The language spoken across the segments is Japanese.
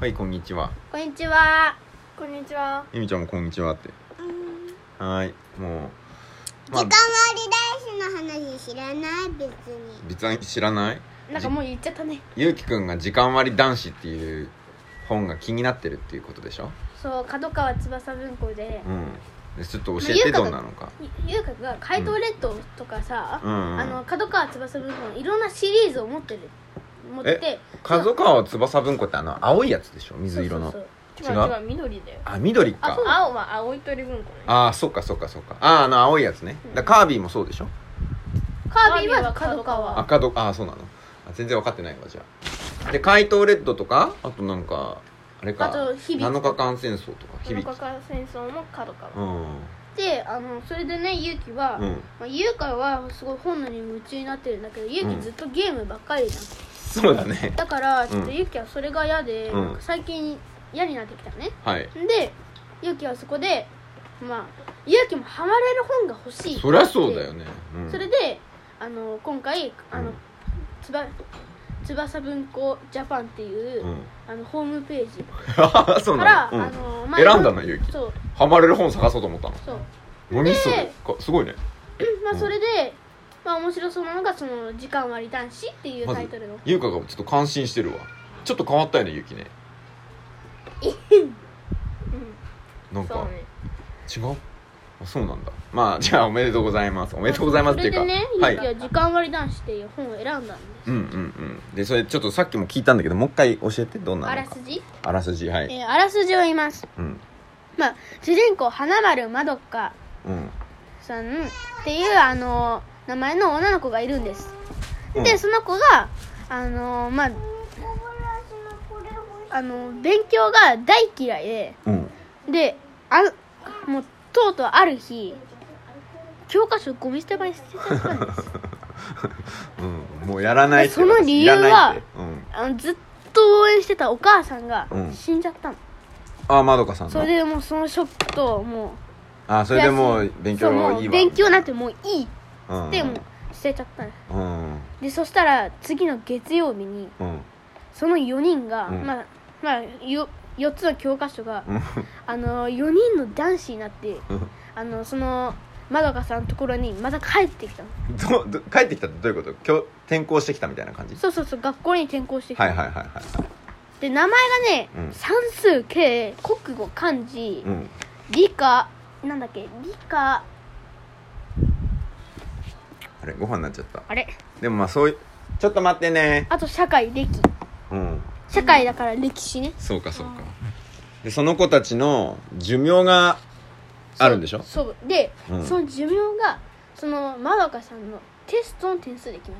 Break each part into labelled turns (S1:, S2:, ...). S1: はいこんにちは
S2: こんにちは。
S3: こんにちは。
S1: ゆみちゃんもこんにちはってはーいもうまあ
S4: 時間割り大師の話知らない別に
S1: 別に知らない
S2: なんかもう言っちゃったね。
S1: ゆうきくんが「時間割り男子」っていう本が気になってるっていうことでしょ
S2: そう、角川翼文庫で、
S1: うんでちょっと教えて
S2: まあ
S1: どうなのか
S2: ゆゆうかが怪盗レッドとかさ、
S1: うんうん
S2: あの角川翼文庫のいろんなシリーズを持ってる。持ってて、
S1: 角川翼文庫ってあの青いやつでしょ水色の
S2: そうそう
S1: 違
S3: 違
S1: う
S3: う違う、緑だよ。
S1: あ緑
S2: あ
S1: か
S2: そう
S3: 青は青い鳥文庫ね。
S1: ああそっかそっかそっかあああの青いやつねだからカービィもそうでしょ
S2: そうカービィは角
S3: カービィは
S2: 川。
S1: 赤どああそうなのあ全然分かってないわじゃあで怪盗レッドとかあとなんかあれか
S2: あと響
S1: 7日間戦争とか
S3: 日
S1: 響
S3: か
S1: き
S3: か戦争の角川。
S1: うん
S2: で、あの、それでね、ゆうきは、
S1: うん
S2: まあ、ゆうかはすごい本能に夢中になってるんだけど、ゆう
S1: うん
S2: きずっとゲームばっかりじゃん。
S1: そうだね
S2: だから、ちょっと
S1: うん
S2: ゆうきはそれが嫌で、
S1: うん
S2: なんか最近嫌になってきたね。
S1: はい
S2: で勇気はそこでまあ勇気もハマれる本が欲しいって
S1: そりゃそうだよね、うん、
S2: それであの今回あの、
S1: うん
S2: つば翼文庫ジャパンっていう、
S1: うん
S2: あのホームページ
S1: そう
S2: から、
S1: なの、
S2: あ
S1: うん、
S2: の
S1: 選んだのゆうき
S2: そう
S1: ハマれる本探そうと思ったの
S2: そう、
S1: 何それかすごいね
S2: ま
S1: う
S2: あ
S1: ん
S2: それで、まあ面白そうなのがその「時間割り男子」っていう
S1: まず
S2: タイトルの、
S1: 優香がちょっと感心してるわちょっと変わったよねゆうきねなん
S3: そう
S1: か
S3: ね。
S1: 違うあそうなんだまあじゃあおめでとうございますおめでとうございますっていうか
S2: それでね
S1: は
S2: 勇
S1: い
S2: 気は「時間割り男子」っていう本を選んだんで
S1: うんうんうんでそれちょっとさっきも聞いたんだけどもう一回教えてどん
S2: す
S1: な
S2: あ
S1: の
S2: ら
S1: か
S2: すじ、
S1: あらすじはい
S2: えーあらすじを言います
S1: うん
S2: まあ主人公花丸まどか
S1: うん
S2: さんっていうあの名前の女の子がいるんです、
S1: うん
S2: でその子があのまああの勉強が大嫌いで
S1: うん
S2: であもうとうとうある日教科書をゴミ捨て場に捨てちゃった んです
S1: うんもうやらないって
S2: その理由はい
S1: らないってうん
S2: あのずっと応援してたお母さんが
S1: うん
S2: 死んじゃったの、
S1: あまどかさんの
S2: それでもうそのショックともう
S1: あそれでもう勉強
S2: そう
S1: もい
S2: も
S1: ういわ
S2: 勉強なんてもういいっ
S1: うん
S2: てもう捨てちゃったんです
S1: うん
S2: でそしたら次の月曜日に
S1: うん
S2: その4人が、
S1: うん
S2: まあまあよ4つの教科書が、
S1: うん
S2: あの4人の男子になって
S1: うん
S2: あのそのまどかさんのところにまた帰ってきたの
S1: どど帰ってきたってどういうこと今日転校してきたみたいな感じ
S2: そうそうそう学校に転校してきた、
S1: はいはいはいはいはい
S2: で名前がね、
S1: うん
S2: 算数系国語漢字、
S1: うん
S2: 理科なんだっけ理科
S1: あれご飯になっちゃった
S2: あれ
S1: でもまあそういうちょっと待ってね
S2: あと社会歴
S1: うん
S2: 社会だから歴史ね、
S1: そうかそうかでその子たちの寿命があるんでしょ
S2: そうで、
S1: うん
S2: その寿命がそのまどかさんのテストの点数で決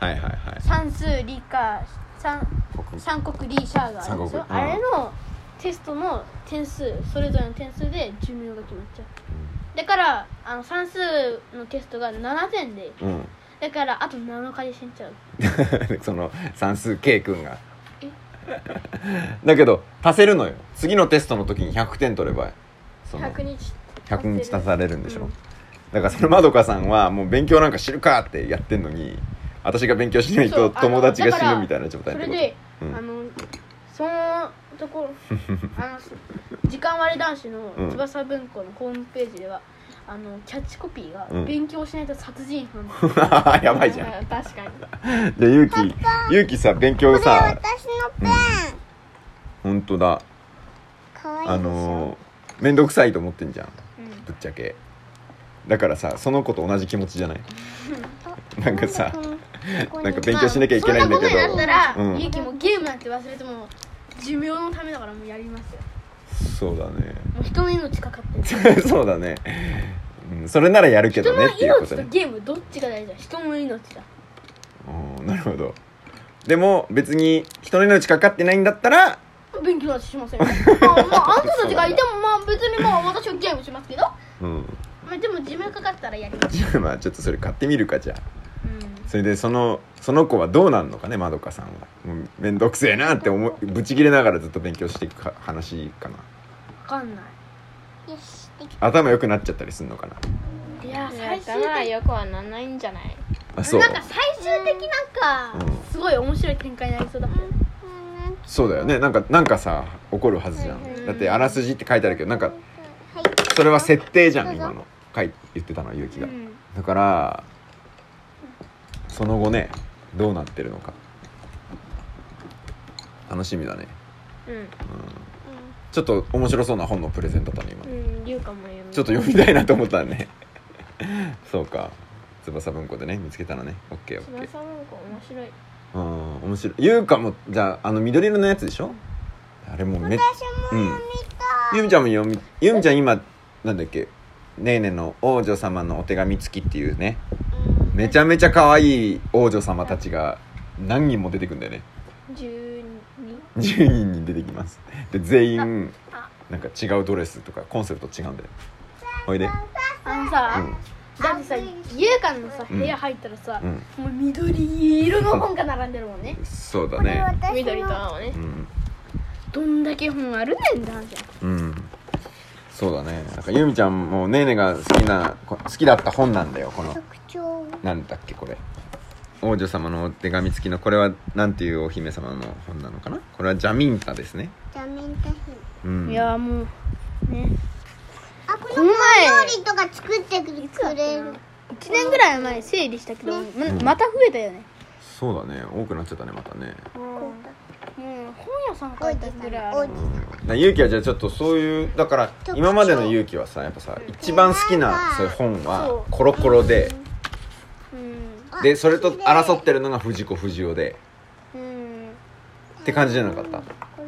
S2: まる
S1: はいはいはい
S2: 算数理科算三国リーシャーがあるでしょ、
S1: 三国
S2: あれのテストの点数それぞれの点数で寿命が決まっちゃうだからあの算数のテストが7点で
S1: うん
S2: だからあと7日で死んじゃう
S1: その算数 K 君がだけど足せるのよ次のテストの時に100点取ればその
S3: 百日。
S1: 100日足されるんでしょ、
S3: うん
S1: だからそのまどかさんはもう勉強なんか知るかってやってんのに私が勉強しない
S2: そ
S1: と
S2: うあの
S1: 友達が
S2: だ
S1: 死
S2: から
S1: ぬみたいな状
S2: そ
S1: 態って
S2: れ
S1: こと
S2: で、
S1: うん
S2: あのその ところあの時間割り男子
S1: うん
S2: の翼文庫のホームページでは、あのキャッチコピーが、
S1: うん
S2: 勉強しないと殺人 犯
S1: や ばいじゃん
S3: ん。確かに。
S1: じゃあゆうきゆうきさ勉強
S4: これ
S1: さ
S4: 私のペン、
S1: 本当だ
S4: かわいいでしょ
S1: あのー、めんどくさいと思ってんじゃん
S2: うん
S1: ぶっちゃけだからさその子と同じ気持ちじゃないなんかさなんか勉強しなきゃいけないんだけど、
S2: まあそんなことになったら、
S1: うん
S2: ゆうきもゲームなんて忘れても寿命のためだからもうやりますよ
S1: そうだね
S2: もう人の命かかってる
S1: そうだね、 うん、それならやるけ
S2: 人
S1: ど
S2: の
S1: ねっていうこと
S2: 命と
S1: ね
S2: ゲームどっちが大事だ人の命 だ
S1: うんなるほどでも別に人の命かかってないんだったら
S2: 勉強なんてしませんよまあ、まあ、あんたたちがいてもまあ別にまあ私はゲームしますけど、ま
S1: うん
S2: あ、でも寿命かかったらやります
S1: じゃあ まあちょっとそれ買ってみるかじゃあ
S2: うん
S1: それでそのその子はどうなんのかねまどかさんはもうめんどくせえなって思いぶち切れながらずっと勉強していくか話かな
S2: 分かんな
S4: よしでき
S1: 頭良くなっちゃったりするのかない
S2: いや
S3: や
S2: 最
S3: っ
S2: 終
S3: たら
S2: 的
S3: よくはならないんじゃない。
S1: あそう
S2: なんか最終的なんか、
S1: うん
S2: すごい面白い展開になりそうだもん
S4: たうんなんか
S1: そうだよねなんかなんかさ起こるはずじゃ
S4: はい
S1: んだってあらすじって書いてあるけどなんか
S4: はい
S1: それは設定じゃ
S4: どうんぞ
S1: 今の書い言ってたのはゆうき
S3: う
S1: が
S3: ん
S1: だからその後ねどうなってるのか楽しみだね
S3: うん
S1: ちょっと面白そうな本のプレゼンだったね今
S3: うん龍かも読む
S1: ちょっと読みたいなと思ったね そうか翼文庫でね見つけたのねオッケーオッケー
S3: 翼文庫面白い
S1: うん面白い優香もじゃああの緑色のやつでしょあれもうめっ
S4: 私も読みたい、
S1: ゆみちゃんも読みゆみちゃん今なんだっけねえねえの王女様のお手紙付きっていうね
S4: うん
S1: めちゃめちゃ可愛い王女様たちが何人も出てくんだよね
S3: 12
S1: 10人に出てきますで全員なんか違うドレスとかコンセプト違うんだよおいで
S2: あの
S1: う
S2: さ、
S1: ん
S2: だってさ優香のさ
S1: うん
S2: 部屋入ったらさ、
S1: うん
S2: もう緑色の本が並んでるもんね
S1: そうだ
S4: これ
S1: ね
S4: 私の
S3: 緑と青ね
S1: うん
S2: どんだけ本あるねんだじゃ
S1: うんそうだねなんかゆみちゃんもねえねえが好きなこ好きだった本なんだよこの
S4: 特徴
S1: なんだっけこれ王女様のお手紙付きのこれはなんていうお姫様の本なのかなこれはジャミンタですね
S4: ダメンタヒ
S1: うん
S2: いやもうね
S4: あこ
S2: こ
S4: の
S2: の
S4: 料
S2: 前
S4: 理とか作ってくれる
S2: 1年ぐらい前整理したけど、ままた増えたよね
S1: そうだね多くなっちゃったねまたね
S2: もう本屋さん書いたぐらいあ
S4: お
S2: る
S4: じ
S1: うんだから勇気はじゃあちょっとそういうだから
S4: 特徴
S1: 今までの勇気はさやっぱさ一番好きなそういう本はコロコロで
S2: うん
S4: さん
S1: でそれと争ってるのが藤子不二雄で
S2: うん
S1: って感じじゃなかった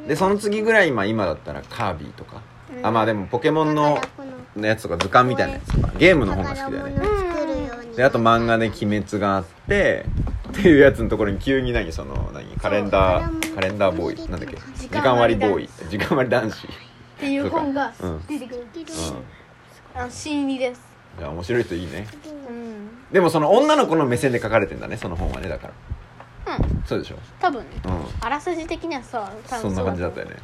S1: でその次ぐらい今今だったらカービィとかあまあでもポケモンの
S4: だからこの
S1: やつとか図鑑みたいなやつとかゲームの本が好き
S4: 宝
S1: だよね
S4: 物を作るように
S1: であと漫画で「鬼滅」があってっていうやつのところに急に何その何カレンダーカレンダーボーイなんだっけ時間割りボーイ時間割り男子
S2: っていう本が
S1: うんうん
S2: 出てくる
S4: で
S2: あ新入りです
S1: いや面白いといいね
S2: うん
S1: でもその女の子の目線で書かれてんだねその本はねだから
S2: うん
S1: そうでしょ
S2: 多分ね
S1: う
S2: あらすじ的にはさ多
S1: ん
S2: 分
S1: そんな
S2: う
S1: 感じだったよね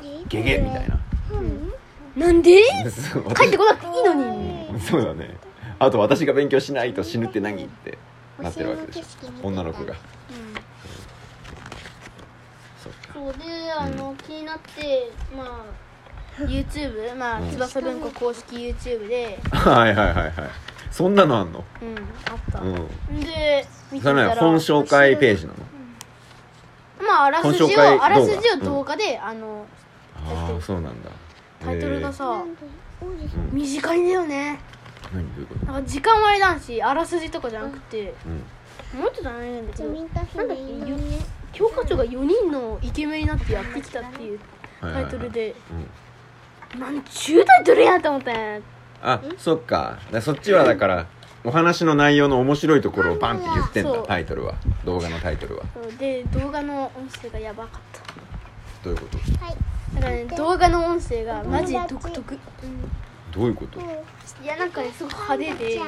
S4: 何
S1: ゲゲみたいな
S4: うん
S2: なんで
S1: そう
S2: 帰ってこなくていいのに
S1: 私 そうだねあと私が勉強しないと死ぬって何ってなってるわけでしょ女の子がそうか
S2: そうであの、気になって まあ YouTube まあ
S1: うん
S2: 翼文庫公式 YouTube で
S1: はいはいはいはいそんなのあんの
S2: うんあった、
S1: うん
S2: で見てみ
S1: そ
S2: た
S1: れね
S2: ら
S1: 本紹介ページなの
S2: まああらすじ
S1: 本紹介動
S2: を
S1: 画
S2: あらすじを
S1: うん
S2: 動画で、あの
S1: ああそうなんだ
S2: タイトルが
S1: え
S2: さ、
S1: ーうん
S2: 短いんだよね
S1: 何どういうこと
S2: なんか時間割り男子あらすじとかじゃなくて、
S1: うん
S2: もっとじゃないんだけ
S4: 自
S2: ど
S4: 民党
S2: なんだっけよ教科長が4人のイケメンになってやってきたっていう
S1: はいはい
S2: タイ
S1: はい
S2: トルで、
S1: うん
S2: なん中タイトルやと思ったんや
S1: あそっかだそっちはだからお話の内容の面白いところをバンって言ってん
S2: そ
S1: だ
S2: う
S1: タイトルは動画のタイトルは
S2: そうで動画の音声がやばかった
S1: どういうこと
S2: だからね動画の音声がマジ独特
S1: どういうこと
S2: いやなんかねすごい派手で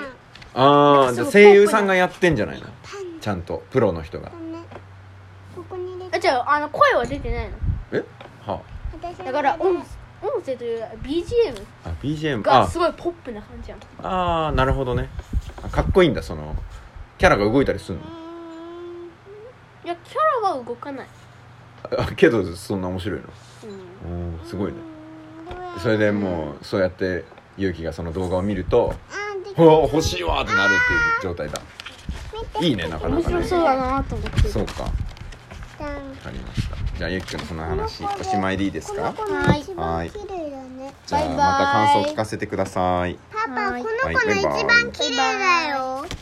S1: あ
S2: な
S1: あ
S2: ん
S1: じゃあ
S2: かその
S1: 声優さんがやってんじゃないの
S4: パン
S1: ちゃんとプロの人が
S4: ごめんここに入れ
S2: あ
S4: て
S2: じゃああの声は出てないの
S1: えは
S4: 私の
S2: だから音
S4: 入れて
S2: 音声というよりは BGM
S1: ああ BGM
S2: が
S1: あ
S2: すごいポップな感じやん
S1: あーなるほどねあかっこいいんだそのキャラが動いたりするの
S4: うーん
S2: いやキャラは動かない、
S1: あけどそんな面白いの
S2: うん、
S1: おーすごいね
S4: うーん
S1: それでもうそうやって勇気がその動画を見ると
S4: あ
S1: 「
S4: ーで
S1: うわ欲しいわ!」ってなるっていう状態だいいねなかな
S2: 面
S1: かね
S2: 白そうだなと思って
S1: そうか
S4: きた
S1: わかりましたじゃあゆっきくんその話おしまいでいいです
S4: この
S1: か
S4: 子の一番綺麗だね
S1: じゃあ
S2: バイバイ
S1: また感想を聞かせてください
S4: パパ
S2: はい
S4: この子の一番綺麗だよ